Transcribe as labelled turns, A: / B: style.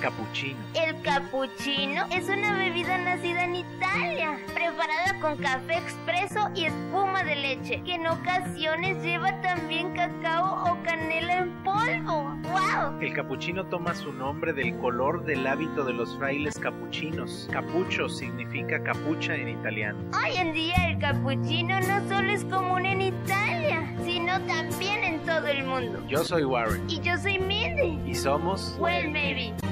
A: Capuchino.
B: El cappuccino es una bebida nacida en Italia, preparada con café expreso y espuma de leche, que en ocasiones lleva también cacao o canela en polvo. ¡Wow!
A: El capuchino toma su nombre del color del hábito de los frailes capuchinos. Capucho significa capucha en italiano.
B: Hoy en día el cappuccino no solo es común en Italia, sino también en todo el mundo.
A: Yo soy Warren
B: Y yo soy Mindy.
A: y somos
B: Well, maybe.